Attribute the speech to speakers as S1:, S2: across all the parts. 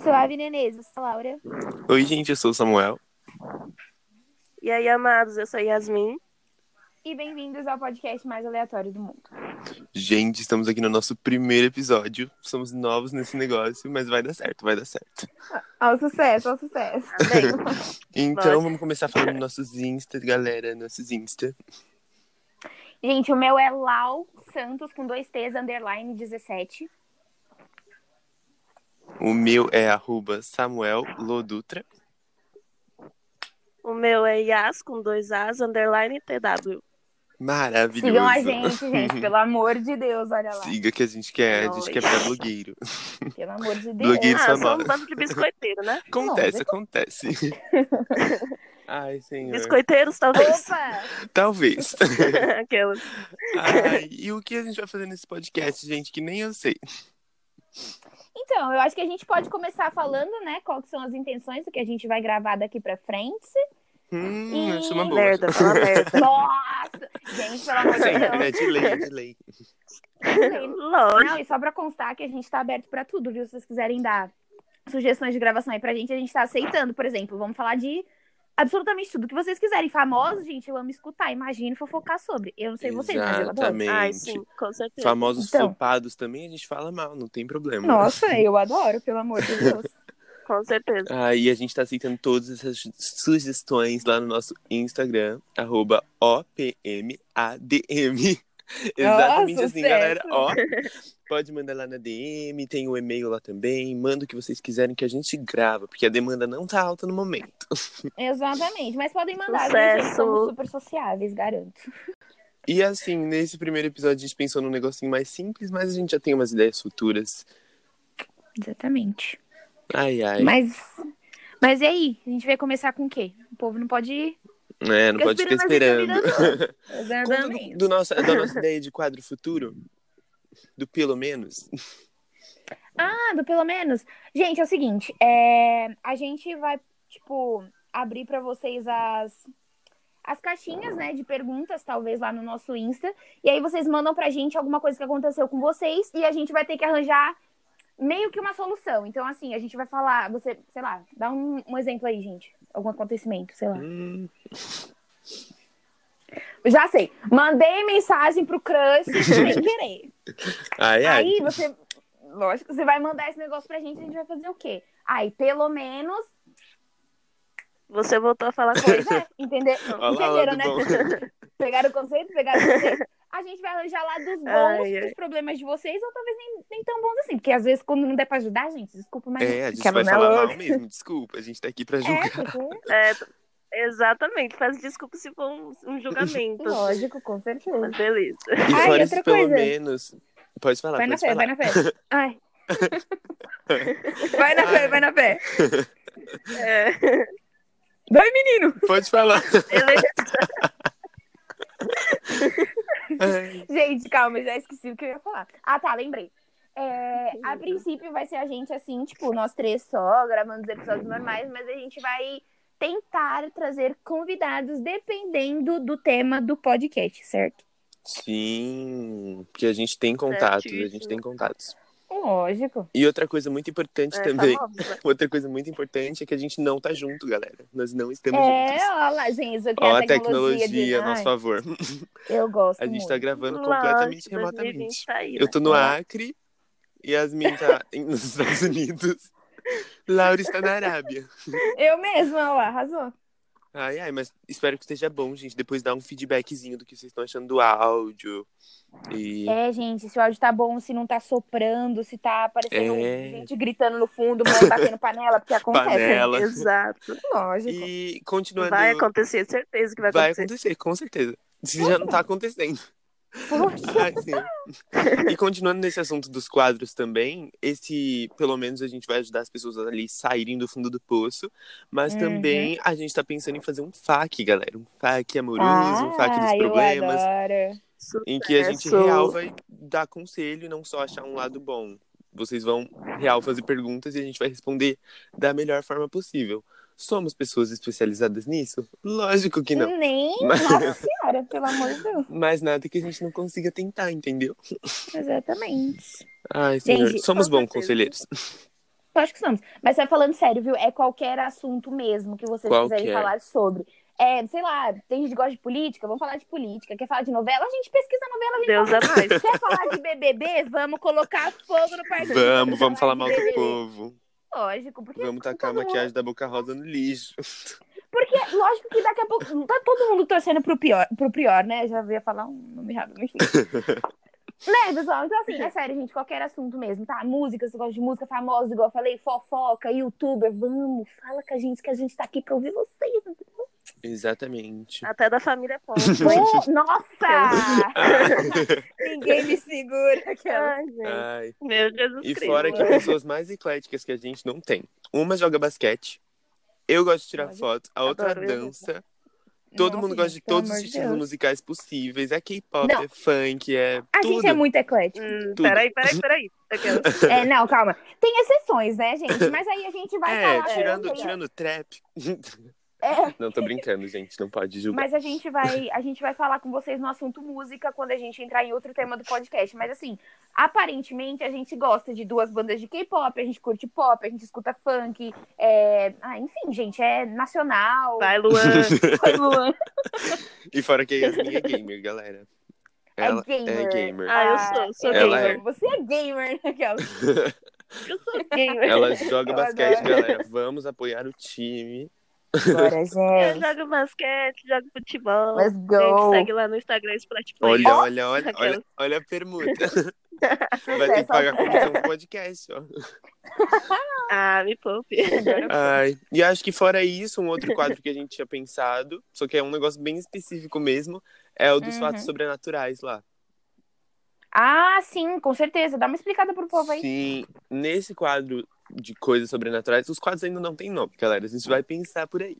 S1: Suave Nenês, eu sou a Laura.
S2: Oi, gente, eu sou o Samuel.
S3: E aí, amados, eu sou Yasmin.
S1: E bem-vindos ao podcast mais aleatório do mundo.
S2: Gente, estamos aqui no nosso primeiro episódio. Somos novos nesse negócio, mas vai dar certo, vai dar certo.
S1: Ao sucesso, ao sucesso.
S3: Amém.
S2: Então,
S3: Bora.
S2: vamos começar falando nossos Insta, galera, nossos Insta.
S1: Gente, o meu é Lau Santos com dois T's, underline 17.
S2: O meu é arroba Samuel Lodutra.
S3: o meu é Yas com dois As, underline TW.
S2: Maravilhoso.
S1: Sigam a gente, gente, pelo amor de Deus, olha lá.
S2: Siga que a gente quer, a gente
S3: Oi.
S2: quer virar blogueiro.
S1: Pelo amor de Deus.
S2: Blogueiro. Isso,
S3: ah, sou
S2: amada.
S3: um bando de biscoiteiro, né?
S2: Acontece, acontece. Ai, senhor.
S3: Biscoiteiros, talvez.
S1: Opa!
S2: Talvez.
S3: Aquelas.
S2: Ai, e o que a gente vai fazer nesse podcast, gente, que nem eu sei.
S1: Então, eu acho que a gente pode começar falando, né, quais são as intenções do que a gente vai gravar daqui pra frente.
S2: Hum, isso é uma boa.
S3: Merda, fala merda.
S1: Nossa! Gente, pelo amor de
S2: Sempre,
S1: Deus.
S2: né? De lei, é de lei.
S3: Lógico.
S1: Não, e só pra constar que a gente tá aberto pra tudo, viu? Se vocês quiserem dar sugestões de gravação aí pra gente, a gente tá aceitando. Por exemplo, vamos falar de absolutamente tudo que vocês quiserem. Famosos, gente, eu amo escutar, imagino fofocar sobre. Eu não sei vocês, mas eu adoro.
S2: Exatamente.
S3: Ai, sim, com certeza.
S2: Famosos
S1: Então.
S2: flopados também a gente fala mal, não tem problema.
S1: Nossa, eu adoro, pelo amor de Deus.
S3: Com certeza.
S2: Aí a gente tá aceitando todas essas sugestões lá no nosso Instagram, arroba OPMADM. Exatamente
S1: Nossa,
S2: assim,
S1: sucesso.
S2: galera. Ó, pode mandar lá na DM, tem o e-mail lá também. Manda o que vocês quiserem que a gente grava, porque a demanda não tá alta no momento.
S1: Exatamente, mas podem mandar, viu,
S3: Sucesso.
S1: gente? Somos super sociáveis, garanto.
S2: E assim, nesse primeiro episódio a gente pensou num negocinho mais simples, mas a gente já tem umas ideias futuras.
S1: Exatamente.
S2: Ai, ai.
S1: Mas, mas e aí? A gente vai começar com o quê? O povo não pode ir.
S2: É, não
S1: Fica
S2: pode ficar
S1: esperando
S2: esperando.
S1: a gente
S2: Conta do, do nosso, da nossa ideia de quadro futuro? Do pelo menos?
S1: Nada, pelo menos. Gente, é o seguinte, é, a gente vai, tipo, abrir pra vocês as as caixinhas, né, de perguntas, talvez lá no nosso Insta, e aí vocês mandam pra gente alguma coisa que aconteceu com vocês e a gente vai ter que arranjar meio que uma solução. Então, assim, a gente vai falar, você, sei lá, dá um, um exemplo aí, gente, algum acontecimento, sei lá.
S2: Hum,
S1: Já sei. Mandei mensagem pro crush sem querer.
S2: ai, ai.
S1: Aí você. Lógico, você vai mandar esse negócio pra gente, a gente vai fazer o quê? Aí, pelo menos,
S3: Você voltou a falar com
S1: pois é, entender,
S2: Olha lá,
S1: entenderam,
S2: lado
S1: né?
S2: bom.
S1: Pegaram o conceito, pegaram o conceito. A gente vai arranjar lá dos bons,
S3: Ai,
S1: dos problemas de vocês, ou talvez nem, nem tão bons assim. Porque às vezes, quando não der pra ajudar, gente, desculpa, mas.
S2: É, a gente
S1: Aquela
S2: vai
S1: não é
S2: falar
S1: louca.
S2: mal mesmo, desculpa, a gente tá aqui pra julgar.
S1: É, porque,
S3: É, exatamente. Faz desculpa se for um, um julgamento.
S1: lógico, com certeza.
S3: Mas beleza.
S2: E
S1: Ai,
S2: fora
S1: outra
S2: isso, pelo
S1: coisa.
S2: menos. Pode falar,
S1: Vai na
S2: pode
S1: fé, vai na
S2: falar.
S1: fé. Ai. Vai na fé, vai na fé.
S3: É,
S1: Vai, menino!
S2: Pode falar.
S3: beleza.
S2: Ai,
S1: Gente, calma, já esqueci o que eu ia falar. Ah, tá, lembrei. É, a princípio vai ser a gente assim, tipo, nós três só, gravando os episódios normais, mas a gente vai tentar trazer convidados dependendo do tema do podcast, certo?
S2: Sim, porque a gente tem contatos, a gente
S3: Certíssimo.
S2: tem contatos.
S1: Lógico.
S2: E outra coisa muito importante
S3: É,
S2: também,
S3: tá bom.
S2: outra coisa muito importante é que a gente não tá junto, galera. Nós não estamos
S1: É,
S2: juntos.
S1: olha lá, gente, eu
S2: Ó
S1: quero
S2: a tecnologia,
S1: de...
S2: a nosso
S1: Ai,
S2: favor.
S1: Eu gosto
S2: A gente tá
S1: muito.
S2: gravando
S3: Lógico,
S2: completamente
S3: 2020
S2: remotamente.
S3: tá aí,
S2: Eu
S3: né?
S2: tô no Acre, Yasmin tá em- nos Estados Unidos, Laura está na Arábia.
S1: Eu mesma, olha lá, arrasou.
S2: Ai, ai, mas espero que esteja bom, gente. Depois dá um feedbackzinho do que vocês estão achando do áudio. E
S1: É, gente, se o áudio tá bom, se não tá soprando, se tá aparecendo
S2: É.
S1: gente gritando no fundo, mãe batendo panela, porque acontece. é
S2: panela.
S3: Exato.
S1: Lógico.
S2: E continuando.
S3: Vai acontecer, certeza que vai
S2: é vai
S3: acontecer.
S2: acontecer, com certeza. Se já não tá acontecendo.
S1: um
S2: Ai, Ah, sim. E continuando nesse assunto dos quadros também, esse, pelo menos, a gente vai ajudar as pessoas ali saírem do fundo do poço. Mas
S1: Uhum.
S2: também a gente tá pensando em fazer um FAQ, galera. Um FAQ amoroso, um FAQ dos
S1: Ah, eu
S2: problemas.
S1: adoro.
S2: Em que a gente
S3: Sucesso.
S2: real vai dar conselho e não só achar um lado bom. Vocês vão real fazer perguntas e a gente vai responder da melhor forma possível. Somos pessoas especializadas nisso? Lógico que não.
S1: Nem,
S2: Mas-
S1: nossa senhora, pelo amor de Deus.
S2: Mas nada que a gente não consiga tentar, entendeu?
S1: Exatamente.
S2: Ai, senhor.
S1: Gente,
S2: Somos
S3: com
S2: bons
S3: certeza.
S2: conselheiros.
S1: Acho que somos. Mas só falando sério, viu? É qualquer assunto mesmo que vocês
S2: Qualquer.
S1: quiserem falar sobre. É, sei lá, tem gente que gosta de política, vamos falar de política. Quer falar de novela? A gente pesquisa novela, a gente
S3: Deus a mais.
S1: Quer falar de BBB? Vamos colocar fogo no partido.
S2: Vamos, vamos falar
S1: de
S2: mal do
S1: BBB.
S2: povo.
S1: Lógico, porque. é
S2: Vamos tacar a
S1: todo mundo-
S2: maquiagem da Boca Rosa no lixo.
S1: Porque, lógico que daqui a pouco. Tá todo mundo torcendo pro pior, pro pior né? Já ia falar um nome errado, mas enfim. né, pessoal? Então, assim, é sério, gente, qualquer assunto mesmo, tá? Música, se gosta de música famosa, igual eu falei, fofoca, youtuber, vamos, fala com a gente que a gente tá aqui pra ouvir vocês.
S2: Exatamente.
S3: Até da família é Pop.
S1: Pô, nossa! Ninguém me segura, aquela.
S3: Ai, gente.
S2: Ai.
S3: Meu Jesus
S2: É. E
S3: Cristo.
S2: fora
S1: né?
S2: que pessoas mais ecléticas que a gente não tem. Uma joga basquete, eu gosto de tirar
S1: Olha,
S2: foto, a outra
S3: adoro, eu
S2: dança. Todo
S1: Nossa,
S2: mundo gosta
S1: gente,
S2: de
S1: pelo
S2: todos os
S1: amor de
S2: estilos
S1: Deus.
S2: musicais possíveis. É K-pop,
S1: Não.
S2: é funk, é
S1: A
S2: tudo.
S1: gente é muito eclético.
S3: Hum,
S2: Tudo.
S3: peraí, peraí, peraí. Aquela-
S1: É, não, calma. Tem exceções, né, gente? Mas aí a gente vai
S2: É,
S1: falar.
S2: tirando,
S1: sobre-
S2: tirando trap.
S1: É.
S2: Não, tô brincando, gente. Não pode julgar.
S1: Mas a gente vai, a gente vai falar com vocês no assunto música quando a gente entrar em outro tema do podcast. Mas assim, aparentemente a gente gosta de duas bandas de K-pop, a gente curte pop, a gente escuta funk, é... ah, enfim, gente, é nacional. é
S3: Vai, Luan.
S1: Vai, Luan.
S2: E fora que a Yasmin é gamer, galera. Ela
S1: é gamer.
S2: é gamer.
S3: Ah, eu sou, sou
S2: Ela
S3: gamer.
S2: é.
S1: Você é gamer, naquela.
S3: Eu sou gamer.
S2: Ela joga
S1: Eu
S2: basquete,
S1: adoro.
S2: galera. Vamos apoiar o time.
S1: Bora,
S3: Eu
S1: gente.
S3: jogo basquete, jogo futebol.
S1: Let's
S3: Gente,
S1: go.
S3: segue lá no Instagram Splat Play.
S2: Olha, olha, olha,
S3: Aquelas.
S2: olha, olha a permuta. Vai ter que pagar a comissão do podcast, ó.
S3: Ah, me poupe.
S2: Ai, e acho que fora isso, um outro quadro que a gente tinha pensado, só que é um negócio bem específico mesmo, é o dos
S1: Uhum.
S2: fatos sobrenaturais lá.
S1: Ah, sim, com certeza. Dá uma explicada pro povo aí.
S2: Sim, nesse quadro de coisas sobrenaturais, os quadros ainda não tem nome, galera. A gente vai pensar por aí.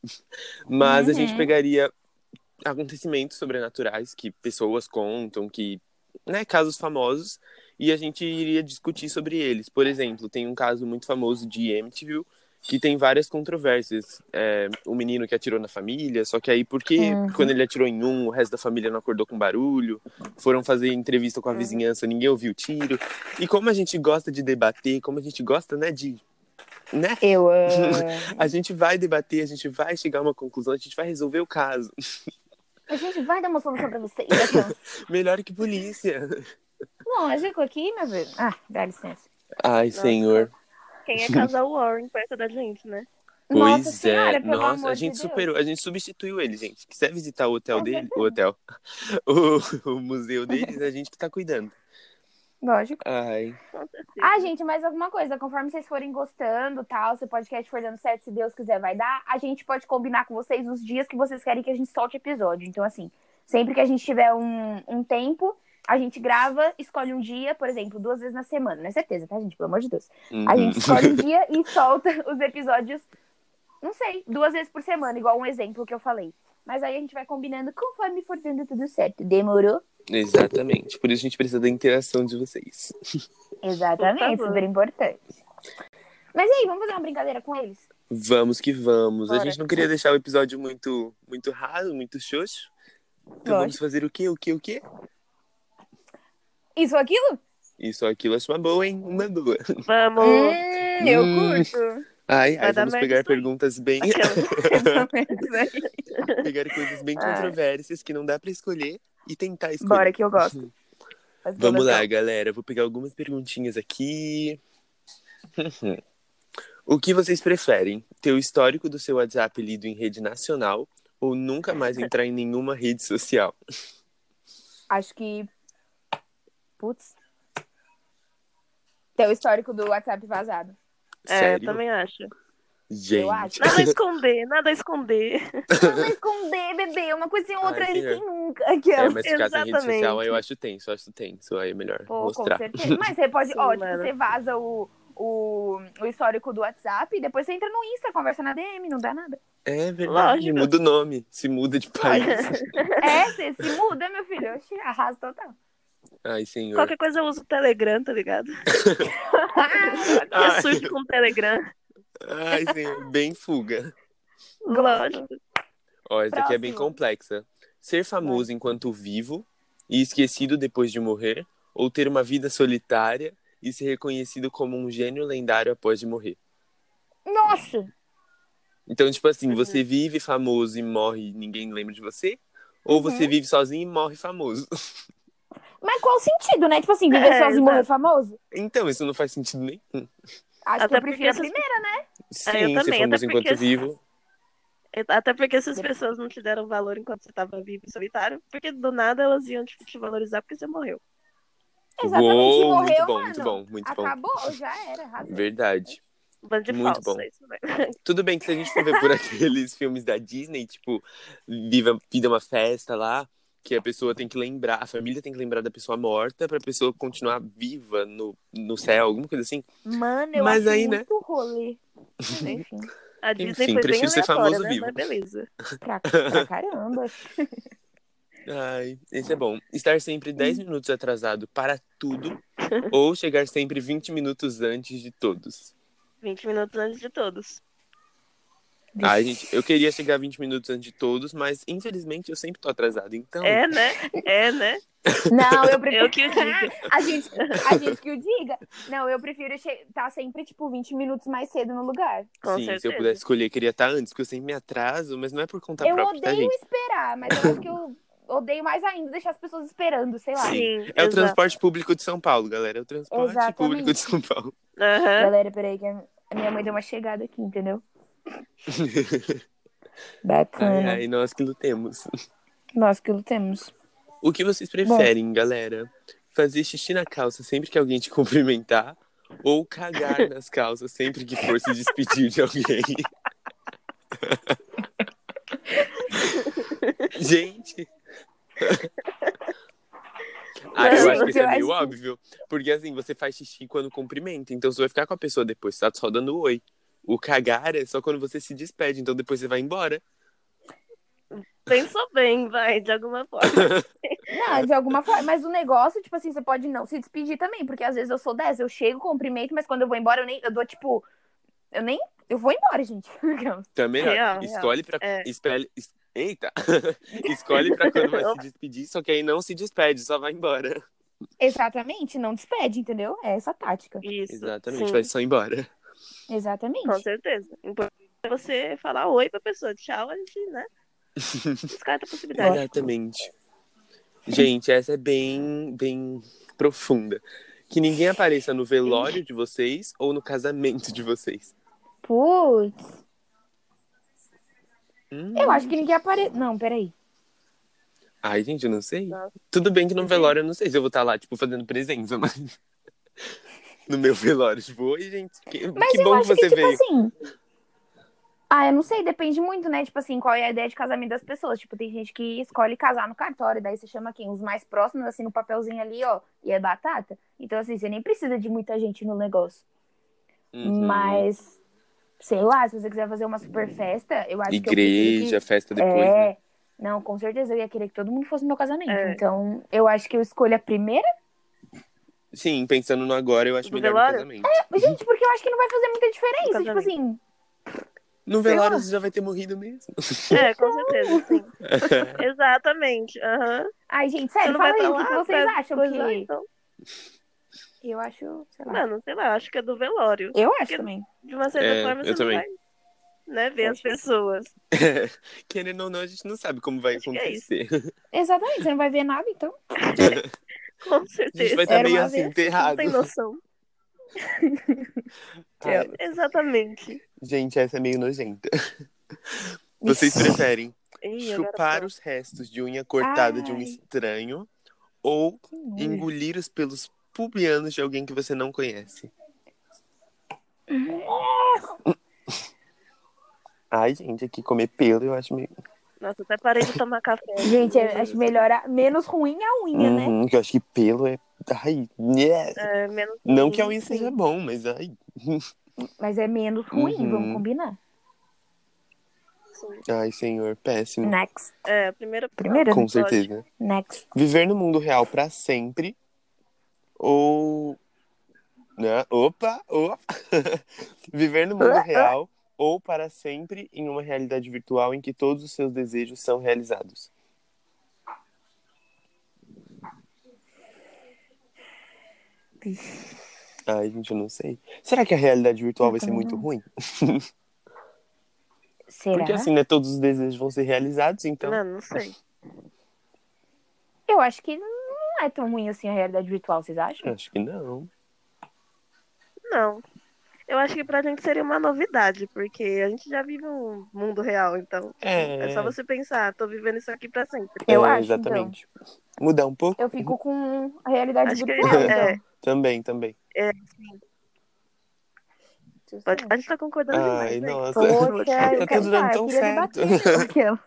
S2: Mas a gente
S1: Uhum.
S2: pegaria acontecimentos sobrenaturais que pessoas contam, que, né, casos famosos, e a gente iria discutir sobre eles. Por exemplo, tem um caso muito famoso de Amityville que tem várias controvérsias. É, o menino que atirou na família, só que aí porque
S1: Uhum.
S2: quando ele atirou em um, o resto da família não acordou com barulho, foram fazer entrevista com a
S3: Uhum.
S2: vizinhança, ninguém ouviu o tiro. E como a gente gosta de debater, como a gente gosta, né, de né?
S1: Eu amo.
S2: A gente vai debater, a gente vai chegar a uma conclusão, a gente vai resolver o caso.
S1: A gente vai dar uma solução pra vocês. Então,
S2: Melhor que polícia.
S1: Lógico, aqui, meu velho. Ah, dá licença.
S2: Ai,
S3: Nossa.
S2: senhor.
S3: Quem é casal Warren perto da gente, né?
S1: nossa senhora, pelo
S2: é, nossa,
S1: amor
S2: a gente
S1: de Deus.
S2: superou, a gente substituiu ele, gente. Quiser visitar o hotel
S1: Com
S2: dele, o hotel, o, o museu deles, a gente que tá cuidando.
S1: Lógico.
S2: Ai,
S3: Com certeza.
S1: Ah, gente, mais alguma coisa. Conforme vocês forem gostando, tal, se o podcast for dando certo, se Deus quiser, vai dar. A gente pode combinar com vocês os dias que vocês querem que a gente solte episódio. Então, assim, sempre que a gente tiver um, um tempo, a gente grava, escolhe um dia, por exemplo, duas vezes na semana. Não é certeza, tá, gente? Pelo amor de Deus.
S2: Uhum,
S1: A gente escolhe um dia e solta os episódios, não sei, duas vezes por semana, igual um exemplo que eu falei. Mas aí a gente vai combinando conforme for dando tudo certo. Demorou?
S2: Exatamente. Por isso a gente precisa da interação de vocês.
S1: Exatamente,
S3: Por favor.
S1: super importante. Mas e aí, vamos fazer uma brincadeira com eles?
S2: Vamos que vamos. A
S3: Bora.
S2: gente não queria deixar o episódio muito, muito raro, muito xoxo. Então vamos fazer o quê? O quê? O quê?
S1: Isso ou aquilo?
S2: Isso aquilo acho uma boa, hein? Uma boa.
S3: Vamos.
S1: Hum, eu
S2: Hum.
S1: curto.
S2: Ai,
S3: Vai
S2: ai,
S3: dar
S2: vamos
S3: merda
S2: pegar
S3: isso aí.
S2: perguntas bem.
S3: Aquela-
S1: Mais ou menos aí.
S2: pegar coisas bem
S1: Ai.
S2: controversas que não dá pra escolher e tentar escolher.
S1: Bora que eu gosto. Mas
S2: Vamos
S1: beleza.
S2: lá, galera. Vou pegar algumas perguntinhas aqui. o que vocês preferem? Ter o histórico do seu WhatsApp lido em rede nacional ou nunca mais entrar em nenhuma rede social?
S1: Acho que. Putz. Tem o histórico do WhatsApp vazado.
S3: É,
S2: Sério?
S3: também acho.
S2: Gente.
S1: acho.
S3: Nada a esconder, nada a esconder.
S1: Não esconder, bebê, uma coisa e outra,
S2: Ai,
S1: ele
S2: senhor.
S1: tem nunca. Aquela.
S2: É, mas ficar sem rede
S3: Exatamente.
S2: social aí eu acho tenso, eu acho tenso. Aí é melhor
S1: Pô, com
S2: mostrar.
S1: certeza. Mas você pode,
S3: Sim,
S1: ó, tipo,
S3: mano.
S1: você vaza o, o, o histórico do WhatsApp e depois você entra no Insta, conversa na DM, não dá nada.
S2: É verdade.
S3: Lógico.
S2: Muda o nome. Se muda de país.
S1: É, você se muda, meu filho. Oxi, arrasa total.
S2: Ai, senhor.
S3: Qualquer coisa eu uso o Telegram, tá ligado? Eu
S1: Ah,
S2: Ai.
S3: surto com o Telegram.
S2: Ai, senhor. Bem fuga.
S3: Lógico.
S2: Ó, essa aqui é bem
S1: Próxima.
S2: complexa. Ser famoso enquanto vivo e esquecido depois de morrer, ou ter uma vida solitária e ser reconhecido como um gênio lendário após de morrer.
S1: Nossa!
S2: Então, tipo assim, você vive famoso e morre e ninguém lembra de você? Ou você vive sozinho e morre famoso?
S1: Mas qual o sentido, né? Tipo assim, viver
S3: É,
S1: sozinho e morrer
S3: exato.
S1: famoso?
S2: Então, isso não faz sentido nenhum.
S1: Acho que
S3: Até
S1: eu prefiro a
S3: porque essas-
S1: primeira.
S3: eu
S2: Sim, ser
S3: também,
S2: famoso
S3: até porque-
S2: enquanto vivo.
S3: É, Até porque essas
S2: É.
S3: pessoas não te deram valor enquanto você tava vivo e solitário, porque do nada elas iam tipo, te valorizar porque você morreu.
S1: Exatamente,
S2: Uou,
S1: morreu,
S2: muito bom,
S1: mano.
S2: muito bom, muito bom.
S1: Acabou, já era. arrasou.
S2: Verdade.
S3: Bando de
S2: Muito
S3: falsos,
S2: bom.
S3: é isso mesmo.
S2: Tudo bem que se a gente for ver por aqueles filmes da Disney, tipo, Viva, Vida é uma Festa lá, que a pessoa tem que lembrar, a família tem que lembrar da pessoa morta pra pessoa continuar viva no, no céu, alguma coisa assim.
S1: Mano, eu
S2: Mas
S1: acho
S2: aí, né?
S1: muito rolê. Mas, Enfim,
S3: A Disney foi bem
S2: prefiro ser
S3: aleatória,
S2: famoso
S3: né?
S2: vivo.
S3: Mas beleza.
S1: pra, pra caramba.
S2: Ai, esse é bom. Estar sempre 10
S3: Hum.
S2: minutos atrasado para tudo ou chegar sempre 20 minutos antes de todos.
S3: 20 minutos antes de todos.
S2: Ai, gente, eu queria chegar 20 minutos antes de todos, mas infelizmente eu sempre tô atrasado, então...
S3: É, né? É, né?
S1: Não, eu prefiro.
S3: Eu que o digo.
S1: a, gente, a gente que o diga. Não, eu prefiro estar sempre, tipo, 20 minutos mais cedo no lugar.
S3: Com
S2: Sim, se eu
S3: certeza.
S2: pudesse escolher, eu queria estar antes, porque eu sempre me atraso, mas não é por conta
S1: eu
S2: própria, tá,
S1: odeio
S2: gente?
S1: esperar, mas eu acho que eu odeio mais ainda deixar as pessoas esperando, sei lá.
S3: Sim,
S2: É o
S3: exato.
S2: transporte público de São Paulo, galera. É o transporte
S1: Exatamente.
S2: público de São Paulo.
S3: Aham.
S1: Galera, peraí, que a minha mãe deu uma chegada aqui, entendeu? Bacana. É.
S2: Ai, ai, nós que lutemos.
S1: Nós que lutemos.
S2: O que vocês preferem, galera? Fazer xixi na calça sempre que alguém te cumprimentar? Ou cagar nas calças sempre que for se despedir de alguém? gente... Ah, eu acho que isso
S1: Gente, eu
S2: é meio
S1: acho
S2: óbvio. Porque assim, você faz xixi quando cumprimenta. Então você vai ficar com a pessoa depois. Você tá só dando oi. O cagar é só quando você se despede. Então depois você vai embora.
S3: Pensou bem, vai, de alguma forma.
S1: Não, de alguma forma. Mas o negócio, tipo assim, você pode não se despedir também, porque às vezes eu sou dessa, eu chego, cumprimento, mas quando eu vou embora, eu nem. Eu dou, tipo. Eu nem. Eu vou embora, gente.
S2: Também
S3: Real, real.
S2: escolhe pra.
S3: É.
S2: Espelhe, es- eita! escolhe pra quando vai se
S3: Opa.
S2: despedir, só que aí não se despede, só vai embora.
S1: Exatamente, não despede, entendeu? É essa a tática.
S3: Isso.
S2: Exatamente,
S3: sim,
S2: vai só embora.
S3: Com
S1: Exatamente.
S3: certeza. Importante é você falar oi pra pessoa. Tchau, a gente, né? Descarta a possibilidade.
S2: Exatamente. Gente, essa é bem, bem profunda. Que ninguém apareça no velório de vocês ou no casamento de vocês.
S1: Putz,
S2: Hum.
S1: eu acho que ninguém aparece. Não, peraí.
S2: Ai, gente, eu não sei.
S3: Nossa.
S2: Tudo bem que no velório eu não sei se eu vou estar lá, tipo, fazendo presença, mas. No meu velório, tipo, oi, gente. Que,
S1: Mas
S2: que
S1: eu
S2: bom que
S1: acho que,
S2: você
S1: tipo
S2: veio.
S1: assim. Ah, eu não sei, depende muito, né? Tipo assim, qual é a ideia de casamento das pessoas. Tipo, tem gente que escolhe casar no cartório, daí você chama quem? Os mais próximos, assim, no papelzinho ali, ó, e é batata. Então, assim, você nem precisa de muita gente no negócio.
S2: Uhum.
S1: Mas, sei lá, se você quiser fazer uma super festa, eu acho que.
S2: Igreja,
S1: eu prefiro
S2: festa
S1: que-
S2: depois,
S1: é.
S2: né?
S1: Não, com certeza eu ia querer que todo mundo fosse no meu casamento.
S3: É.
S1: Então, eu acho que eu escolho a primeira.
S2: Sim, pensando no agora, eu acho
S3: Do
S2: melhor
S3: velório?
S2: no casamento.
S1: Gente, porque eu acho que não vai fazer muita diferença. Tipo
S3: Casamento.
S1: assim,
S2: No velório você já vai ter morrido mesmo.
S3: É, com certeza, sim. Exatamente. Aham.
S1: Ai, gente,
S3: Você
S1: sério,
S3: não
S1: É, fala
S3: vai
S1: aí,
S3: pra
S1: o que
S3: lá
S1: que vocês
S3: pra
S1: acham
S3: coisar,
S1: que...
S3: então.
S1: Eu acho, sei lá.
S3: Mano, sei lá, acho que é do velório.
S1: Eu acho
S3: que-
S1: também.
S3: De uma certa
S2: É,
S3: forma,
S2: eu
S3: você
S2: também.
S3: não vai né, ver as
S1: Acho que-
S3: pessoas.
S2: Querendo ou não, a gente não sabe como vai
S3: Acho que é
S2: acontecer.
S1: Exatamente, você não vai ver nada, então.
S3: Com
S2: a gente
S3: certeza.
S2: vai estar
S1: Era
S2: meio
S1: uma
S2: assim,
S1: vez,
S3: Não
S2: enterrado.
S3: tem noção.
S1: É,
S2: Ah,
S3: Exatamente.
S2: gente, essa é meio nojenta. Vocês preferem
S3: Ih, agora
S2: chupar os restos de unha cortada de um
S1: Ai.
S2: estranho ou
S1: Que nojo.
S2: engolir os pelos pubianos de alguém que você não conhece?
S1: Hum.
S2: Ai, gente, aqui comer pelo eu acho meio.
S3: Nossa, até parei de tomar café.
S1: Gente, eu acho melhor, a- menos ruim a unha, né?
S2: Uhum, que Eu acho que pelo é. Ai, yes.
S3: É, menos
S2: Não que a unha
S3: Sim.
S2: seja bom, mas ai.
S1: Mas é menos ruim,
S2: Uhum.
S1: vamos combinar.
S3: assim.
S2: Ai, senhor, péssimo.
S1: Next,
S3: É, a primeira opção.
S1: Primeira?
S2: Com
S3: Lógico.
S2: certeza.
S1: next.
S2: Viver no mundo real pra sempre ou. Né? Opa, opa! Viver no mundo
S1: Ah, ah.
S2: real ou para sempre em uma realidade virtual em que todos os seus desejos são realizados. Ai, gente, eu não sei. Será que a realidade virtual vai ser muito ruim?
S1: Será?
S2: Porque assim, né? Todos os desejos vão ser realizados, então.
S3: Não, não sei.
S1: Eu acho que não é tão ruim assim a realidade virtual, vocês acham?
S2: Acho que não.
S3: Não. Eu acho que pra gente seria uma novidade, porque a gente já vive um mundo real, então.
S2: É,
S3: É só você pensar, tô vivendo isso aqui pra sempre.
S1: Eu
S2: é,
S1: acho,
S2: Exatamente. Mudar um pouco?
S1: Eu fico com a realidade
S3: Acho que
S1: virtual. então.
S3: é,
S2: Também, também.
S3: pode, a gente tá concordando
S2: Ai,
S3: demais. né?
S2: nossa.
S1: É. Poxa, eu
S2: é. Tá
S1: quero
S2: tudo dando
S1: ah, eu
S2: tão
S1: queria
S2: certo.
S1: debater com aquilo.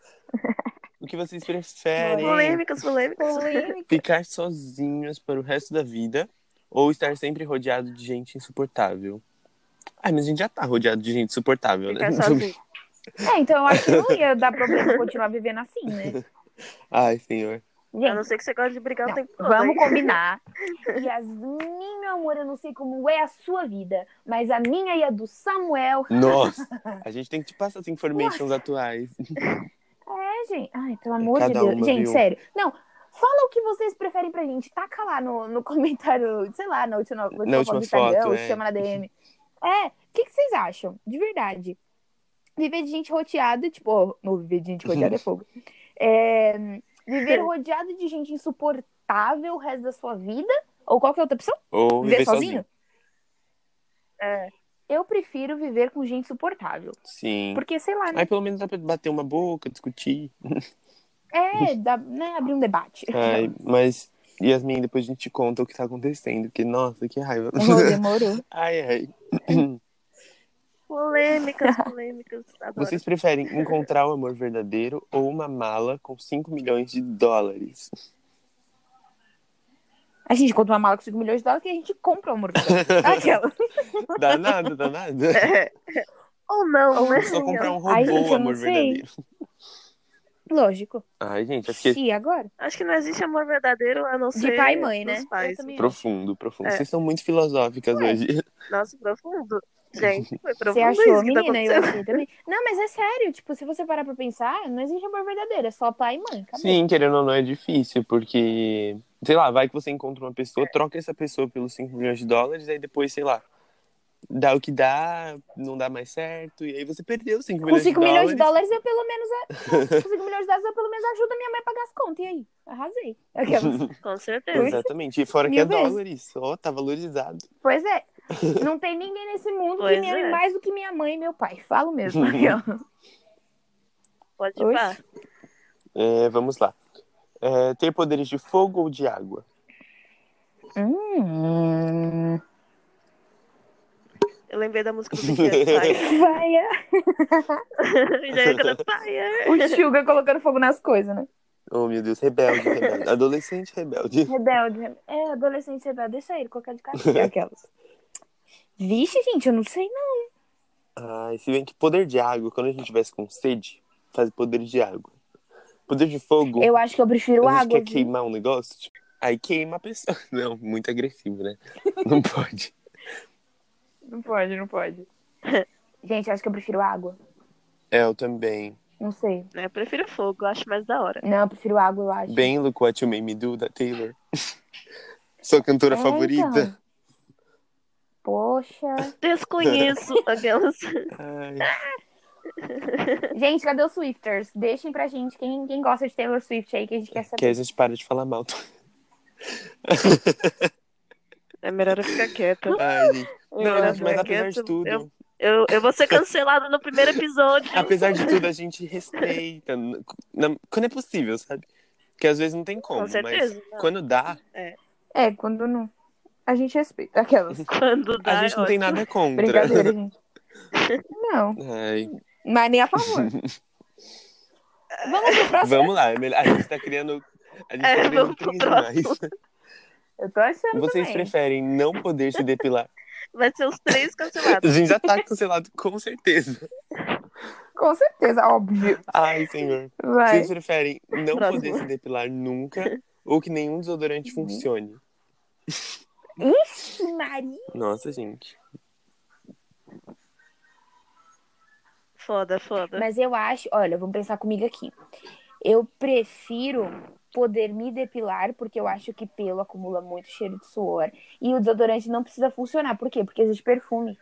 S2: O que vocês preferem?
S3: Polêmicas, polêmicas.
S1: Polêmica.
S2: Ficar sozinhos para o resto da vida ou estar sempre rodeado de gente insuportável? Ai, mas a gente já tá rodeado de gente insuportável, né?
S3: Ficar assim. sozinho.
S1: É, então eu acho que não ia dar problema continuar vivendo assim, né?
S2: Ai, senhor.
S3: A
S1: Gente,
S3: não ser que você gosta de brigar o tempo todo.
S1: Vamos
S3: hein?
S1: combinar. Yasmin, meu amor, eu não sei como é a sua vida, mas a minha e a do Samuel.
S2: Nossa, a gente tem que te passar as informations atuais.
S1: É, gente. Ai, pelo amor
S2: cada
S1: de Deus.
S2: uma,
S1: gente,
S2: viu?
S1: sério. Não, fala o que vocês preferem pra gente. Taca lá no, no comentário, sei lá, na última, na
S2: Na
S1: foto do
S2: última
S1: Instagram,
S2: foto,
S1: ou
S2: é.
S1: chama na DM. É, o que, que vocês acham? De verdade. Viver de gente roteada, tipo, ó, não, viver de gente roteada é fogo. É, viver rodeado de gente insuportável o resto da sua vida? Ou é qualquer outra opção?
S2: Ou
S1: Viver
S2: viver
S1: sozinho?
S2: sozinho.
S3: É.
S1: Eu prefiro viver com gente suportável.
S2: Sim.
S1: Porque, sei lá, né?
S2: Aí pelo menos dá pra bater uma boca, discutir.
S1: É, dá, né, abrir um debate.
S2: Ai, mas, Yasmin, depois a gente te conta o que tá acontecendo. Que, nossa, que raiva.
S1: Demorou, demorou.
S2: Ai, ai.
S3: Polêmicas, polêmicas. Adoro.
S2: Vocês preferem encontrar o amor verdadeiro ou uma mala com 5 milhões de dólares?
S1: A gente compra uma mala com 5 milhões de dólares que a gente compra o amor verdadeiro. Aquela.
S2: Dá nada, dá nada.
S3: É. Ou não,
S1: Ou
S3: né?
S2: Só comprar um robô,
S1: Ai, gente, eu não
S2: amor
S1: sei.
S2: verdadeiro.
S1: Lógico.
S2: Ai, gente, é acho que
S1: E agora?
S3: Acho que não existe amor verdadeiro a não
S1: De
S3: ser
S1: pai e mãe,
S3: dos
S1: né? Eu
S3: Pais.
S1: também acho.
S2: profundo, profundo.
S3: É.
S2: Vocês são muito filosóficas
S1: tá
S2: hoje.
S3: Nossa, profundo. Gente, foi profundo
S1: Você
S3: isso
S1: achou,
S3: que
S1: menina?
S3: tá
S1: Eu
S3: acontecendo.
S1: achei também. Não, mas é sério. Tipo, se você parar pra pensar, não existe amor verdadeiro. É só pai e mãe. Acabou.
S2: Sim, querendo ou não, é difícil, porque, sei lá, vai que você encontra uma
S1: É.
S2: pessoa, troca essa pessoa pelos 5 milhões de dólares, aí depois, sei lá, dá o que dá, não dá mais certo, e aí você perdeu os 5
S1: Com
S2: milhões,
S1: 5
S2: de
S1: milhões de
S2: dólares.
S1: dólares, eu pelo menos. a- Com 5 milhões de dólares, eu pelo menos ajudo minha mãe a pagar as contas. E aí? Arrasei. Aquelas.
S3: Com certeza.
S2: Exatamente, e fora que
S1: Mil
S2: é
S1: vezes.
S2: dólares, ó, tá valorizado.
S1: Pois é. Não tem ninguém nesse mundo
S3: Pois
S1: que me ame
S3: é.
S1: mais do que minha mãe e meu pai. Falo mesmo. Aquela.
S3: Pode
S1: Oxe.
S3: ir pá.
S2: É, vamos lá. É, ter poderes de fogo ou de água?
S1: Hum.
S3: Eu lembrei da música do Big Fire.
S1: Vai, é.
S3: Já ia cantar Fire.
S1: O Suga colocando fogo nas coisas, né?
S2: Oh, meu Deus, rebelde, rebelde. Adolescente rebelde.
S1: Rebelde. rebelde. É, adolescente rebelde. Deixa ele colocar de castigo aquelas. Vixe, gente, eu não sei não.
S2: Ai, se bem que poder de água, quando a gente tivesse com sede, faz poder de água. Poder de fogo,
S1: Eu acho que eu prefiro
S2: a gente
S1: água.
S2: quer queimar um negócio, tipo, aí queima a pessoa. Não, muito agressivo, né? Não pode.
S1: Não pode, não pode. Gente, eu acho que eu prefiro água.
S2: É, eu também.
S1: Não sei.
S3: Né, Eu prefiro fogo, eu acho mais da hora.
S1: Não, eu prefiro água, eu acho.
S2: Bem, look what you made me do, da Taylor. Sua cantora
S1: É,
S2: favorita.
S1: então. Poxa.
S3: Desconheço aquelas.
S1: então.
S2: Ai,
S1: Gente, cadê os Swifters? Deixem pra gente quem, quem gosta de Taylor Swift aí, que a gente quer
S2: que
S1: saber.
S2: aí a gente para de falar mal.
S3: É melhor eu ficar quieta.
S2: Ai, gente.
S3: É
S2: Não,
S3: melhor eu
S2: gente, mas
S3: ficar
S2: apesar de
S3: quieta.
S2: tudo.
S3: Eu, eu, eu vou ser cancelada no primeiro episódio.
S2: Apesar de tudo, a gente respeita. n- na- quando é possível, sabe? Porque às vezes não tem como,
S3: Com certeza.
S2: mas quando dá,
S1: É, quando não. A gente respeita. Aquelas.
S3: Quando
S2: a
S3: dá,
S2: gente
S3: é
S2: não tem
S3: ótimo.
S2: nada contra.
S1: Brincadeira, gente. Não.
S2: Ai,
S1: Mas nem a favor. Vamos pro próximo.
S2: vamos lá, é melhor- a gente tá criando. A gente tá
S3: É, vamos
S2: criando
S3: pro
S2: crimes
S3: próximo.
S2: demais.
S1: Eu tô achando
S2: Vocês
S1: também.
S2: preferem não poder se depilar?
S3: Vai ser os três
S2: A
S3: cancelados.
S2: gente já tá cancelado, com certeza.
S1: Com certeza, óbvio.
S2: Ai, senhor.
S1: Vai.
S2: Vocês preferem não
S3: Próximo.
S2: poder se depilar nunca ou que nenhum desodorante
S3: Uhum.
S2: funcione?
S1: Ixi, Maria.
S2: Nossa, gente.
S3: Foda, foda.
S1: Mas eu acho, olha, vamos pensar comigo aqui. Eu prefiro poder me depilar, porque eu acho que pelo acumula muito cheiro de suor. E o desodorante não precisa funcionar. Por quê? Porque existe perfume.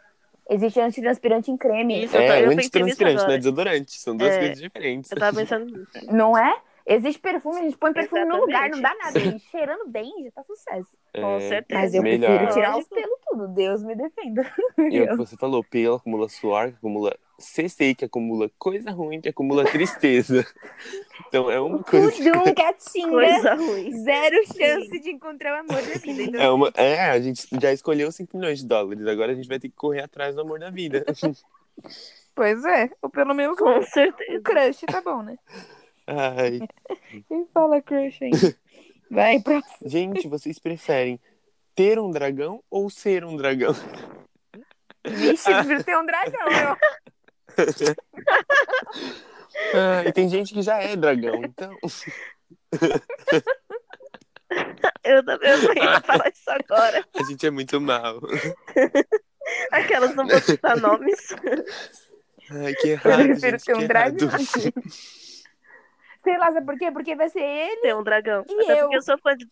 S1: Existe antitranspirante em creme.
S3: Isso, eu tô-
S2: É,
S3: eu pensei nisso
S2: antitranspirante, não é
S3: agora.
S2: desodorante. São duas
S3: É.
S2: coisas diferentes.
S3: Eu tava pensando nisso.
S1: Não é? Existe perfume, a gente põe perfume no lugar, não
S3: Exatamente.
S1: dá nada. E cheirando bem, já tá sucesso.
S3: Com
S2: É,
S3: certeza.
S1: Mas eu
S2: Melhor.
S1: prefiro tirar os
S3: Lógico.
S1: pelos tudo. Deus me defenda.
S2: E é o que você falou, pelo acumula suor, que acumula CC, que acumula coisa ruim, que acumula tristeza. Então é uma coisa.
S1: Tudum, Catinga.
S3: Coisa assim. ruim.
S1: um Zero chance de encontrar o amor da vida. Então,
S2: É, uma... é, a gente já escolheu 5 milhões de dólares, agora a gente vai ter que correr atrás do amor da vida.
S4: Pois é, ou pelo menos um,
S3: Com certeza.
S4: um crush, tá bom, né?
S2: Ai,
S4: Quem fala crush aí?
S1: Vai pra
S2: gente, vocês preferem ter um dragão ou ser um dragão?
S1: Vixe, eu prefiro ter um dragão. Eu...
S2: Ah, e tem gente que já é dragão, então.
S3: Eu, eu não ia falar isso agora.
S2: A gente é muito mal.
S3: Aquelas não vão citar nomes.
S2: Ai, que errado.
S1: Eu prefiro
S2: gente,
S1: ter
S2: que
S1: um
S2: errado.
S1: dragão. Sei lá, sabe por quê? Porque vai ser ele.
S3: Tem um dragão.
S1: E
S3: Até
S1: eu?
S3: porque eu sou fã de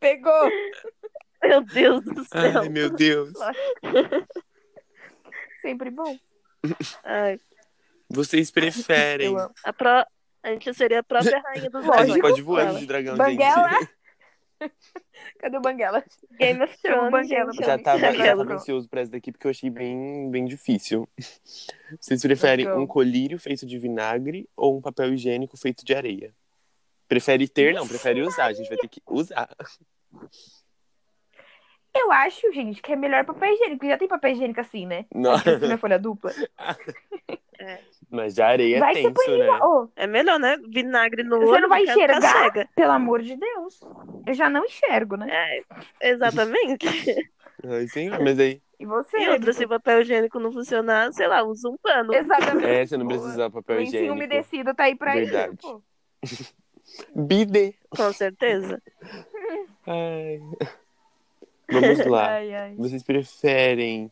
S4: Pegou!
S3: Meu Deus do céu.
S2: Ai, meu Deus.
S4: Sempre bom.
S3: Ai,
S2: Vocês preferem.
S4: Eu amo.
S3: a, pró- a gente seria a própria rainha dos
S2: A
S3: dragões.
S2: gente pode voar
S3: Ela.
S2: de dragão,
S4: Banguela?
S2: então, gente.
S4: Cadê o Banguela?
S3: Game of
S4: Chama o
S3: Thrones,
S4: Banguela
S3: gente.
S4: pra
S2: Já
S4: mim.
S2: tava, já
S4: Banguela.
S2: tava ansioso pra essa daqui, porque eu achei bem, bem difícil. Vocês preferem
S4: Dragão.
S2: um colírio feito de vinagre ou um papel higiênico feito de areia? Prefere ter? Não, prefere usar. A gente vai ter que usar.
S1: Eu acho, gente, que é melhor papel higiênico. Já tem papel higiênico assim, né?
S2: Não.
S4: Na folha dupla.
S2: Mas de areia
S1: vai
S2: é
S1: ser
S2: tenso, né?
S1: banheiro. Ô,
S3: É melhor, né? Vinagre no olho.
S1: Você não vai
S3: porque ela
S1: enxergar?
S3: Tá cega.
S1: pelo amor de Deus. Eu já não enxergo, né?
S3: É, exatamente.
S2: Ai, senhor, mas aí.
S1: E você?
S3: E outra, se o papel higiênico não funcionar, sei lá, usa um pano.
S4: Exatamente.
S2: É, você não precisa usar papel
S4: Lencinho
S2: higiênico.
S4: umedecido tá aí pra
S2: Verdade.
S4: isso, pô.
S2: Bidê.
S3: Com certeza.
S2: Ai. Vamos lá.
S4: Ai, ai.
S2: Vocês preferem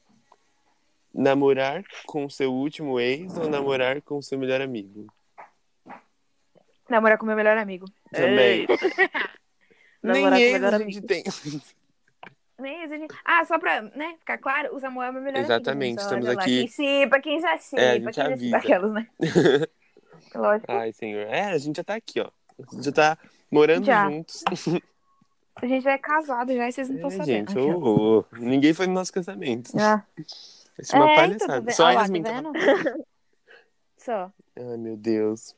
S2: namorar com seu último ex ou namorar com seu melhor amigo?
S4: Namorar com meu melhor amigo.
S2: Também.
S3: Ei, Namorar
S2: Nem
S3: com o
S2: ex
S3: melhor
S2: a gente tem.
S1: Nem exige- Ah, só pra né, ficar claro, o Samuel é meu melhor
S2: Exatamente,
S1: amigo.
S2: estamos
S1: Olha lá, Quem
S2: aqui.
S1: chipa, quem já chipa,
S2: É, a
S1: quem
S2: gente
S1: já
S2: avisa.
S1: chipa aquelas, né? Lógico.
S2: Ai, senhor. É, a gente já tá aqui, ó. A gente já tá morando
S4: Já.
S2: juntos.
S4: A gente já é casado já e vocês não estão
S2: É,
S4: sabendo.
S2: gente, ô, ô. ninguém foi no nosso casamento.
S4: Ah.
S2: Isso é uma
S1: É, então, tá
S2: palhaçada.
S1: vendo?
S2: Só
S1: Olha lá,
S2: eles me
S1: tá
S2: encaram.
S1: vendo? Só.
S2: Ai, meu Deus.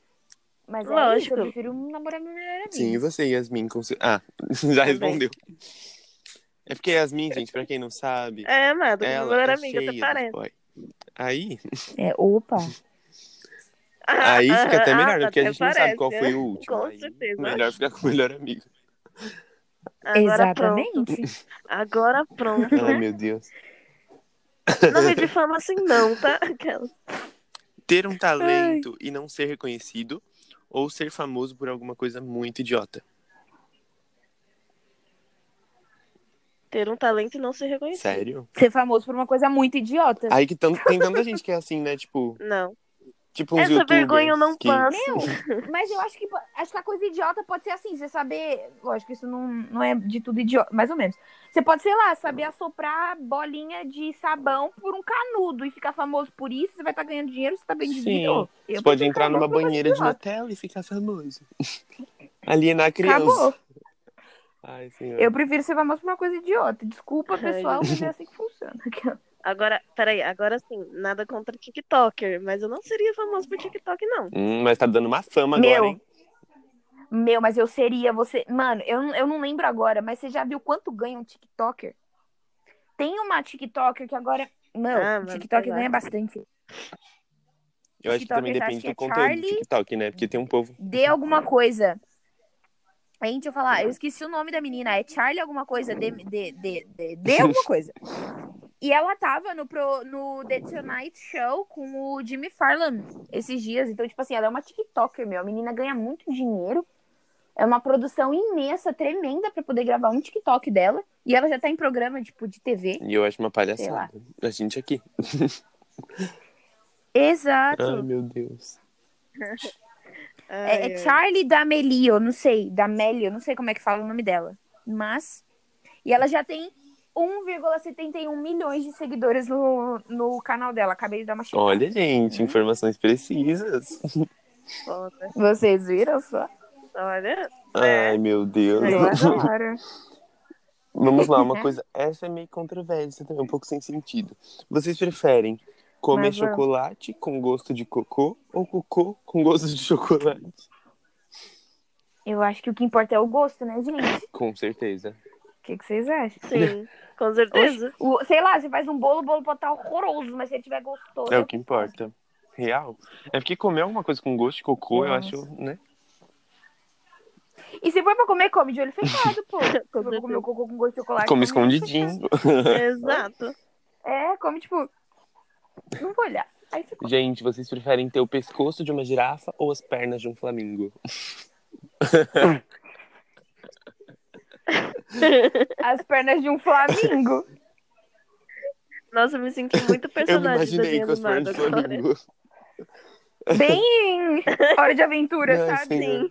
S1: Mas é isso,
S3: Lógico.
S1: eu prefiro namorar meu melhor amigo.
S2: Sim, e você, Yasmin? Com seu... Ah, já respondeu. É porque Yasmin, gente, pra quem não sabe,
S3: É, amado, com o
S2: ela
S3: melhor
S2: é
S3: amigo,
S2: cheia
S3: até
S2: dos
S3: parece.
S2: boy. Aí,
S1: É, opa.
S2: aí fica até
S3: Ah,
S2: melhor, né? porque a
S3: até
S2: gente não sabe qual
S3: parece,
S2: foi o último.
S3: Com
S2: aí
S3: certeza.
S2: Melhor ficar com o melhor amigo.
S3: né? Agora pronto.
S1: Exatamente.
S3: Agora pronto.
S2: Ai, meu Deus.
S3: Não me difama assim, não, tá? Aquela.
S2: Ter um talento e não ser reconhecido ou ser famoso por alguma coisa muito idiota.
S3: Ter um talento e não ser reconhecido.
S2: Sério?
S1: Ser famoso por uma coisa muito idiota.
S2: Aí que tam- tem tanta gente que é assim, né? Tipo,
S3: Não.
S2: tipo uns
S3: Essa
S2: youtubers
S3: vergonha eu não
S2: que...
S3: passo.
S1: Meu, Então, mas eu acho que acho que a coisa idiota pode ser assim, você saber. Lógico, isso não, não é de tudo idiota, mais ou menos. Você pode, sei lá, saber assoprar bolinha de sabão por um canudo e ficar famoso por isso, você vai estar ganhando dinheiro, você tá bem de
S2: Sim.
S1: vida. Ô, eu
S2: Você pode
S1: prefiro
S2: entrar
S1: famoso
S2: numa
S1: por uma
S2: banheira de
S1: idiota.
S2: Nutella e ficar famoso. Alienar a criança.
S1: Acabou.
S2: Ai, senhor.
S1: Eu prefiro ser famoso por uma coisa idiota. Desculpa,
S3: Ai,
S1: pessoal, mas é assim que funciona.
S3: Agora, peraí, agora sim, nada contra TikToker, mas eu não seria famoso por TikTok, não.
S2: Hum, mas tá dando uma fama
S1: Meu,
S2: agora, hein?
S1: Meu, mas eu seria você. Mano, eu, eu não lembro agora, mas você já viu quanto ganha um TikToker? Tem uma TikToker que agora. Não,
S3: Ah,
S1: o
S3: mano,
S1: TikToker
S3: sei lá.
S1: ganha bastante.
S2: Eu acho que
S1: TikToker,
S2: também depende
S1: acho que
S2: do
S1: é
S2: conteúdo do
S1: Charlie.
S2: TikTok, né? Porque tem um povo.
S1: Dê alguma coisa. A gente eu falar, eu esqueci o nome da menina, é Charlie alguma coisa, dê, dê, dê, dê, dê alguma coisa. E ela tava no, pro, no The Tonight Show com o Jimmy Fallon esses dias. Então, tipo assim, ela é uma TikToker, meu. A menina ganha muito dinheiro. É uma produção imensa, tremenda, pra poder gravar um TikTok dela. E ela já tá em programa, tipo, de TV.
S2: E eu acho uma
S1: Sei lá.
S2: palhaçada. A gente aqui. Ai,
S1: Exato.
S2: meu Deus.
S1: É, é Charlie D'Amelio, eu não sei, D'Amelio, eu não sei como é que fala o nome dela. Mas. E ela já tem 1,71 milhões de seguidores no, no canal dela. Acabei de dar uma checada.
S2: Olha, gente, informações precisas.
S3: foda.
S1: Vocês viram só?
S3: Olha,
S2: Ai, meu Deus.
S3: Eu
S4: Claro.
S2: Vamos lá, uma coisa. Essa é meio controversa também, um pouco sem sentido. Vocês preferem comer
S1: Mas vamos.
S2: chocolate com gosto de cocô ou cocô com gosto de chocolate?
S1: Eu acho que o que importa é o gosto, né, gente?
S2: Com certeza.
S4: O que, que vocês acham?
S3: sim, com certeza.
S1: O- sei lá, você faz um bolo, o bolo pode estar horroroso, mas se ele tiver gostoso.
S2: É o que importa. Real. É porque comer alguma coisa com gosto de cocô, eu
S4: Nossa.
S2: acho, né?
S1: E se for pra comer, come de olho fechado, pô. Se for pra
S3: certeza.
S1: comer o cocô com gosto de chocolate.
S2: Como
S1: de olho fechado.
S2: escondidinho.
S3: Exato.
S1: É, come tipo. Não vou olhar. Aí você come.
S2: Gente, vocês preferem ter o pescoço de uma girafa ou as pernas de um flamingo?
S1: As pernas de um flamingo.
S3: Nossa, eu me senti muito
S2: Eu me
S3: personagem de
S2: imaginei
S3: desenho
S2: com as
S3: animado
S2: pernas de
S3: agora.
S2: flamingo.
S1: Bem hora de aventura,
S2: Ai,
S1: sabe?
S2: senhor.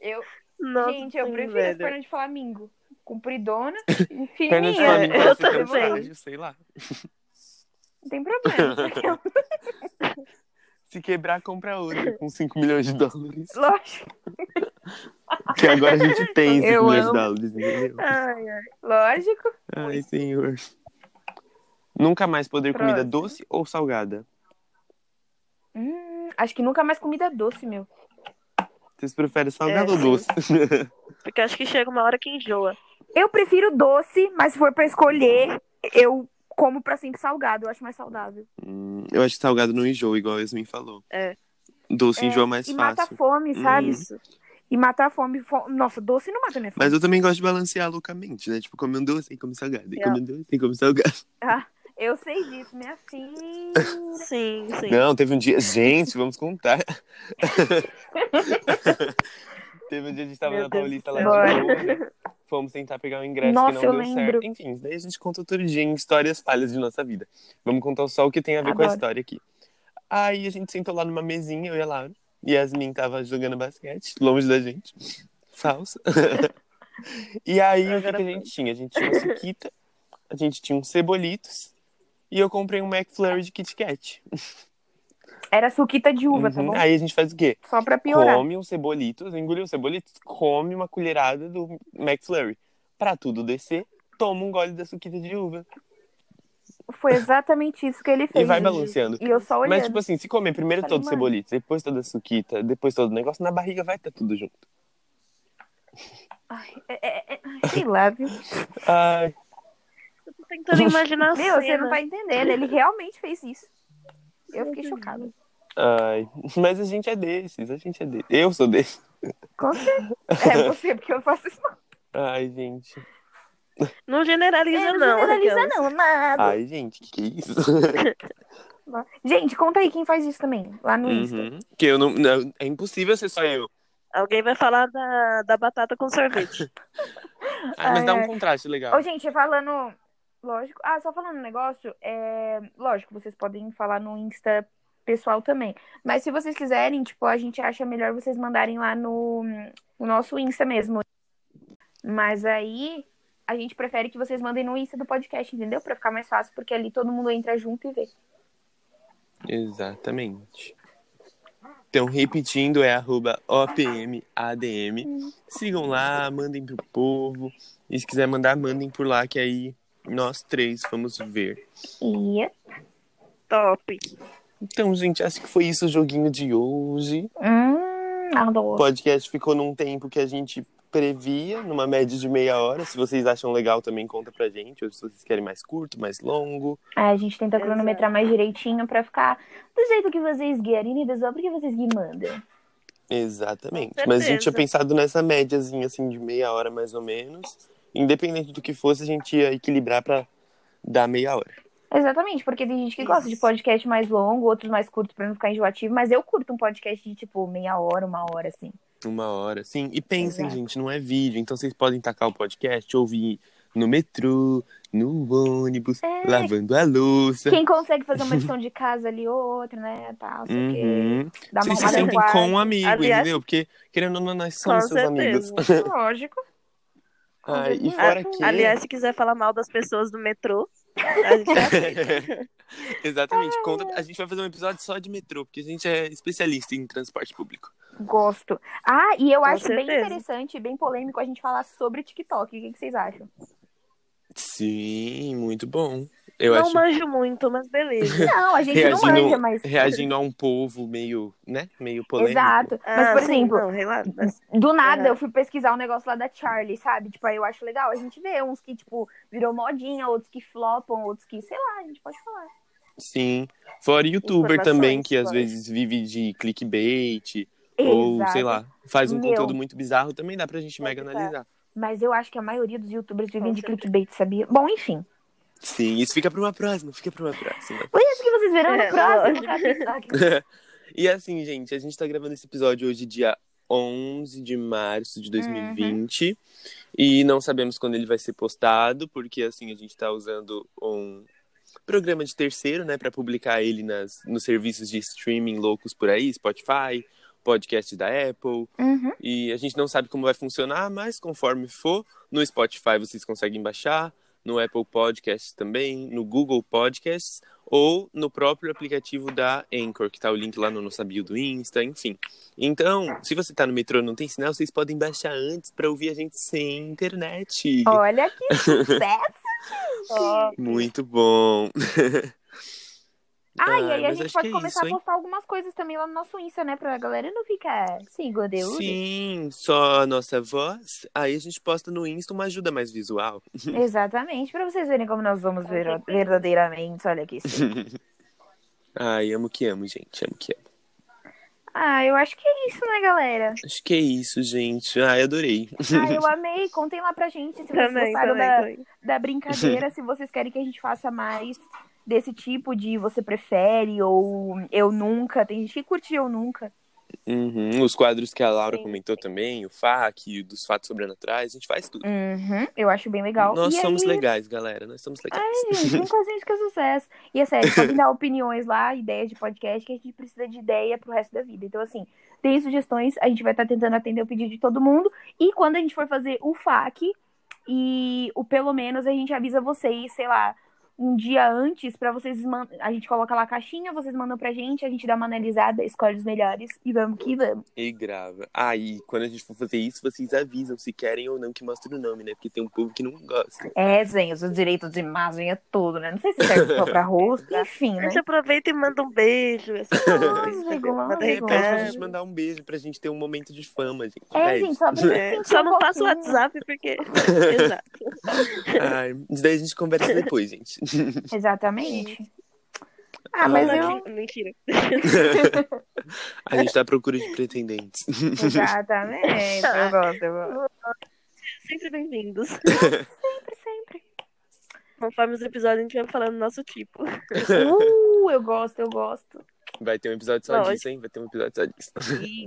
S1: Eu,
S3: Nossa,
S1: gente, eu
S3: sim,
S1: prefiro as
S3: velho.
S1: pernas de flamingo. Compridona e
S2: Pernas de
S1: fininha.
S2: flamingo
S3: eu
S2: parece
S3: também.
S2: cansado, sei lá.
S1: Não tem problema.
S2: Se quebrar, compra outra com 5 milhões de dólares.
S1: lógico,
S2: Que agora a gente tem 5
S1: Eu
S2: milhões de
S1: amo.
S2: dólares, entendeu?
S3: Ai, ai.
S1: lógico.
S2: Ai, senhor. Nunca mais poder comida
S1: Próximo.
S2: doce ou salgada?
S1: Hum, acho que nunca mais comida doce, meu.
S2: Vocês preferem salgada
S3: É,
S2: ou doce?
S3: Porque eu acho que chega uma hora que enjoa.
S1: Eu prefiro doce, mas se for pra escolher, eu como pra sempre salgado. Eu acho mais saudável.
S2: Hum, eu acho que salgado não enjoa, igual a Yasmin falou.
S3: É.
S2: Doce
S1: É,
S2: enjoa mais
S1: e mata a
S2: fácil.
S1: fome, sabe?
S2: Hum.
S3: Isso.
S1: E matar a fome, fo- Nossa, doce não mata minha fome.
S2: Mas eu também gosto de balancear loucamente, né? Tipo, comer um doce e comer salgado. E
S3: É.
S2: comer um doce e comer salgado.
S1: Eu sei disso, minha filha.
S3: Sim, sim.
S2: Não, teve um dia. Gente, vamos contar. teve um dia que a gente tava
S3: Meu
S2: na
S3: Deus do
S2: Paulista lá
S3: céu.
S2: de novo, né? Fomos tentar pegar o ingresso
S1: Nossa,
S2: que não
S1: eu
S2: deu
S1: lembro.
S2: certo. Enfim, daí a gente conta todo dia em histórias falhas de nossa vida. Vamos contar só o que tem a ver com a
S1: Adoro.
S2: história aqui. Aí a gente sentou lá numa mesinha, eu e a Laura. Yasmin tava jogando basquete, longe da gente. Falsa. e aí, o que,
S3: Agora
S2: que a gente tinha? A gente tinha uma suquita, a gente tinha uns cebolitos. E eu comprei um McFlurry de Kit Kat.
S1: Era suquita de uva, tá
S2: Uhum.
S1: bom?
S2: Aí a gente faz o quê?
S1: Só pra piorar.
S2: Come um cebolitos, engoliu o cebolitos, come uma colherada do McFlurry. Pra tudo descer, toma um gole da suquita de uva.
S1: Foi exatamente isso que ele fez.
S2: e vai
S1: gente.
S2: balanceando.
S1: E eu só olhando. Tá
S2: Mas, tipo assim, se comer primeiro
S1: Falei,
S2: todo
S1: mano.
S2: cebolitos, depois toda a suquita, depois todo o negócio, na barriga vai estar tudo junto.
S1: Ai, é, é, é, ai, sei lá, viu?
S2: Ai,
S3: Eu tô tentando imaginar a
S1: Meu, você não
S3: cena.
S1: tá entendendo. Ele realmente fez isso. Eu fiquei chocada.
S2: ai. Mas a gente é desses, a gente é desses. Eu sou desses.
S1: Com certeza. É você, porque eu faço isso.
S2: Ai, gente.
S3: Não generaliza,
S1: É,
S3: não.
S1: não generaliza,
S3: aquelas.
S1: não, nada.
S2: Ai, gente, que que é isso?
S1: Gente, conta aí quem faz isso também, lá no Insta.
S2: Uhum. Que eu não, não- É impossível ser só eu.
S3: Alguém vai falar da, da batata com sorvete.
S2: Ai, mas
S1: Ai,
S2: dá um
S1: ai.
S2: contraste legal.
S1: Ô, gente, falando. Lógico. Ah, só falando um negócio. É... Lógico, vocês podem falar no Insta pessoal também. Mas se vocês quiserem, tipo, a gente acha melhor vocês mandarem lá no, no nosso Insta mesmo. Mas aí. A gente prefere que vocês mandem no Insta do podcast, entendeu? Pra ficar mais fácil, porque ali todo mundo entra junto e vê.
S2: Exatamente. Então, repetindo, é arroba OPMADM. Sigam lá, mandem pro povo. E se quiser mandar, mandem por lá, que aí nós três vamos ver.
S1: E
S3: Top.
S2: Então, gente, acho que foi isso o joguinho de hoje.
S1: Hum,
S2: O
S1: adoro.
S2: podcast ficou num tempo que a gente previa, numa média de meia hora. Se vocês acham legal, também conta pra gente. Ou se vocês querem mais curto, mais longo.
S1: Aí É, a gente tenta
S3: Exato.
S1: cronometrar mais direitinho pra ficar do jeito que vocês guiarem e do jeito que vocês me mandam.
S2: Exatamente. Mas
S3: Com
S2: a gente
S3: certeza.
S2: tinha pensado nessa médiazinha, assim, de meia hora mais ou menos. Independente do que fosse, a gente ia equilibrar pra dar meia hora.
S1: Exatamente, porque tem gente que gosta de podcast mais longo, outros mais curto pra não ficar enjoativo, mas eu curto um podcast de tipo meia hora, uma hora, assim.
S2: Uma hora, sim. E pensem,
S1: Exato.
S2: gente, não é vídeo. Então vocês podem tacar o podcast, ouvir no metrô, no ônibus,
S1: É.
S2: lavando a louça.
S1: Quem consegue fazer uma lição de casa ali, outra, né? Tal, não sei o quê.
S2: Uhum.
S1: Dá uma
S2: Vocês se
S1: arrumada no
S2: sentem
S1: quarto.
S2: com um amigo,
S3: Aliás,
S2: entendeu? Porque, querendo ou não, nós
S3: Com
S2: somos seus amigos.
S3: certeza.
S4: Lógico.
S2: Ai, e
S1: certeza.
S2: fora
S1: Ah,
S2: que...
S3: Aliás, se quiser falar mal das pessoas do metrô, a gente
S2: Exatamente. Conta... A gente vai fazer um episódio só de metrô, porque a gente é especialista em transporte público.
S1: Gosto. Ah, e eu
S3: Com
S1: acho bem
S3: certeza.
S1: interessante, bem polêmico a gente falar sobre TikTok. O que, que vocês acham?
S2: Sim, muito bom. Eu
S3: não
S2: acho
S3: manjo muito, mas beleza.
S1: Não, a gente não
S2: Reagindo-
S1: manja, mas. tipo,
S2: reagindo a um povo meio, né? Meio polêmico.
S1: Exato. mas,
S3: Ah,
S1: por
S3: sim,
S1: exemplo,
S3: Não, relaxa. Mas...
S1: do nada
S3: Uhum.
S1: eu fui pesquisar um negócio lá da Charlie, sabe? Tipo, aí eu acho legal. A gente vê uns que, tipo, virou modinha, outros que flopam, outros que, sei lá, a gente pode falar.
S2: Sim. Fora youtuber
S3: Informações,
S2: também, que às
S3: fora.
S2: vezes vive de clickbait, ou sei lá, faz um
S1: Meu.
S2: conteúdo muito bizarro, também dá pra gente mega
S3: Pode
S2: analisar.
S1: Mas eu acho que a maioria dos youtubers vivem
S3: Com
S1: de
S3: certeza.
S1: clickbait, sabia? Bom, enfim.
S2: Sim, isso fica pra uma próxima, fica pra uma próxima.
S1: Por isso que vocês verão no
S3: É,
S1: próximo
S3: lógico.
S1: capítulo. Ah, que
S2: E assim, gente, a gente tá gravando esse episódio hoje, dia 11 de março de 2020. E não sabemos quando ele vai ser postado, porque assim, a gente tá usando um programa de terceiro, né, Pra publicar ele nas, nos serviços de streaming loucos por aí, Spotify, podcast da Apple.
S1: Uhum.
S2: E a gente não sabe como vai funcionar, mas conforme for, no Spotify vocês conseguem baixar, no Apple Podcasts também, no Google Podcasts ou no próprio aplicativo da Anchor, que tá o link lá no nosso bio do Insta, enfim. Então, se você tá no metrô e não tem sinal, vocês podem baixar antes pra ouvir a gente sem internet.
S1: Olha que sucesso!
S3: Ó,
S2: Muito bom.
S1: Ah, e
S2: Ai,
S1: aí a
S2: mas
S1: gente
S2: acho
S1: pode
S2: que é
S1: começar
S2: isso,
S1: a
S2: hein?
S1: postar algumas coisas também lá no nosso Insta, né? Pra galera não ficar sem conteúdo.
S2: Sim, só a nossa voz. Aí a gente posta no Insta uma ajuda mais visual.
S1: Exatamente, pra vocês verem como nós vamos ver- verdadeiramente. Olha que isso.
S2: Ai, amo que amo, gente. Amo que amo.
S1: Ah, eu acho que é isso, né, galera?
S2: Acho que é isso, gente. Ai, adorei.
S1: Ah, eu amei. Contem lá pra gente se vocês
S3: também,
S1: gostaram
S3: também,
S1: da, né?
S3: também.
S1: da brincadeira, se vocês querem que a gente faça mais desse tipo de você prefere ou eu nunca. Tem gente que curte eu nunca.
S2: Uhum, Os quadros que a Laura
S3: Sim.
S2: comentou também, o FAC, o dos fatos sobrenaturais, a gente faz tudo.
S1: Uhum, eu acho bem legal.
S2: Nós
S1: e
S2: somos
S1: aí,
S2: legais, galera. Nós somos legais.
S1: gente, vem com a gente que é sucesso. E é sério, podem dar opiniões lá, ideias de podcast, que a gente precisa de ideia pro resto da vida. Então, assim, tem sugestões, a gente vai estar tentando atender o pedido de todo mundo. E quando a gente for fazer o FAQ e o pelo menos, a gente avisa vocês, sei lá, um dia antes, pra vocês. man- A gente coloca lá a caixinha, vocês mandam pra gente, a gente dá uma analisada, escolhe os melhores e vamos que vamos.
S2: E grava. Aí, quando a gente for fazer isso, vocês avisam se querem ou não que mostre o nome, né? Porque tem um povo que não gosta.
S1: É, gente, os direitos de imagem é tudo, né? Não sei se serve só pra rosto, enfim,
S3: A
S1: né?
S3: gente aproveita e manda um beijo. Essas coisas,
S1: Lógico,
S2: É,
S3: entendeu? Manda
S1: lógico.
S2: pede pra
S3: recado.
S2: gente mandar um beijo pra gente ter um momento de fama, gente.
S1: É,
S2: Pede.
S1: gente, um só pra
S3: É, Só não passa o WhatsApp porque. Exato.
S2: Ai, isso daí a gente conversa depois, gente.
S1: Exatamente. Ah, mas
S2: é
S1: eu.
S3: Mentira.
S2: A gente tá à procura de pretendentes.
S1: Exatamente. Eu gosto, eu gosto.
S3: Sempre bem-vindos.
S1: Sempre, sempre.
S3: Conforme os episódios, a gente vai falando do nosso tipo.
S1: Uh, eu gosto, eu gosto.
S2: Vai ter um episódio só
S3: Lógico.
S2: disso, hein? Vai ter um episódio só disso.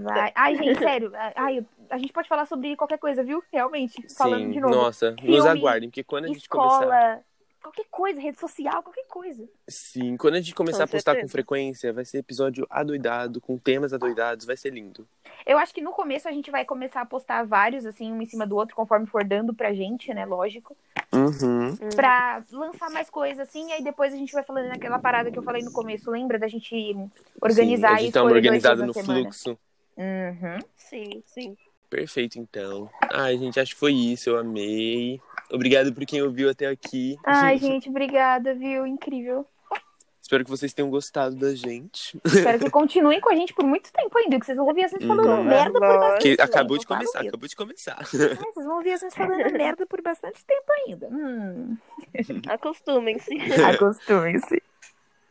S1: Vai. Ai, gente, sério. Ai, a gente pode falar sobre qualquer coisa, viu? Realmente. Falando
S2: Sim,
S1: de novo.
S2: nossa, nos
S1: Filme,
S2: aguardem, porque quando a gente começar.
S1: Escola. Qualquer coisa, rede social, qualquer coisa.
S2: Sim, quando a gente começar
S3: Com
S2: a postar com
S3: certeza.
S2: frequência, vai ser episódio adoidado, com temas adoidados, vai ser lindo.
S1: Eu acho que no começo a gente vai começar a postar vários, assim, um em cima do outro, conforme for dando pra gente, né? Lógico.
S2: Uhum.
S1: Pra lançar mais coisas, assim, e aí depois a gente vai falando naquela parada que eu falei no começo, lembra? Da gente organizar
S2: Sim, a
S1: e
S2: gente tá
S1: escolher dois dias
S2: organizado
S1: na
S2: no
S1: semana.
S2: fluxo.
S1: Uhum.
S3: Sim, sim.
S2: Perfeito, então. Ai, gente, acho que foi isso, eu amei. Obrigado por quem ouviu até aqui.
S1: Ai, gente, obrigada, viu? Incrível.
S2: Espero que vocês tenham gostado da gente.
S1: Espero que continuem com a gente por muito tempo ainda, que vocês vão ouvir a gente falando
S2: Uhum.
S1: merda por bastante
S2: Porque
S1: tempo.
S2: acabou de
S1: eu falo
S2: começar,
S1: isso.
S2: acabou de começar.
S1: É, Vocês vão ouvir a gente falando merda por bastante tempo ainda. Hum,
S3: Acostumem-se.
S1: Acostumem-se.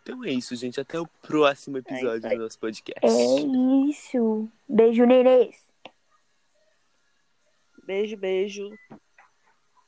S2: Então é isso, gente. Até o próximo episódio
S3: vai.
S2: do nosso podcast.
S1: É isso. Beijo, nenês.
S3: Beijo, beijo.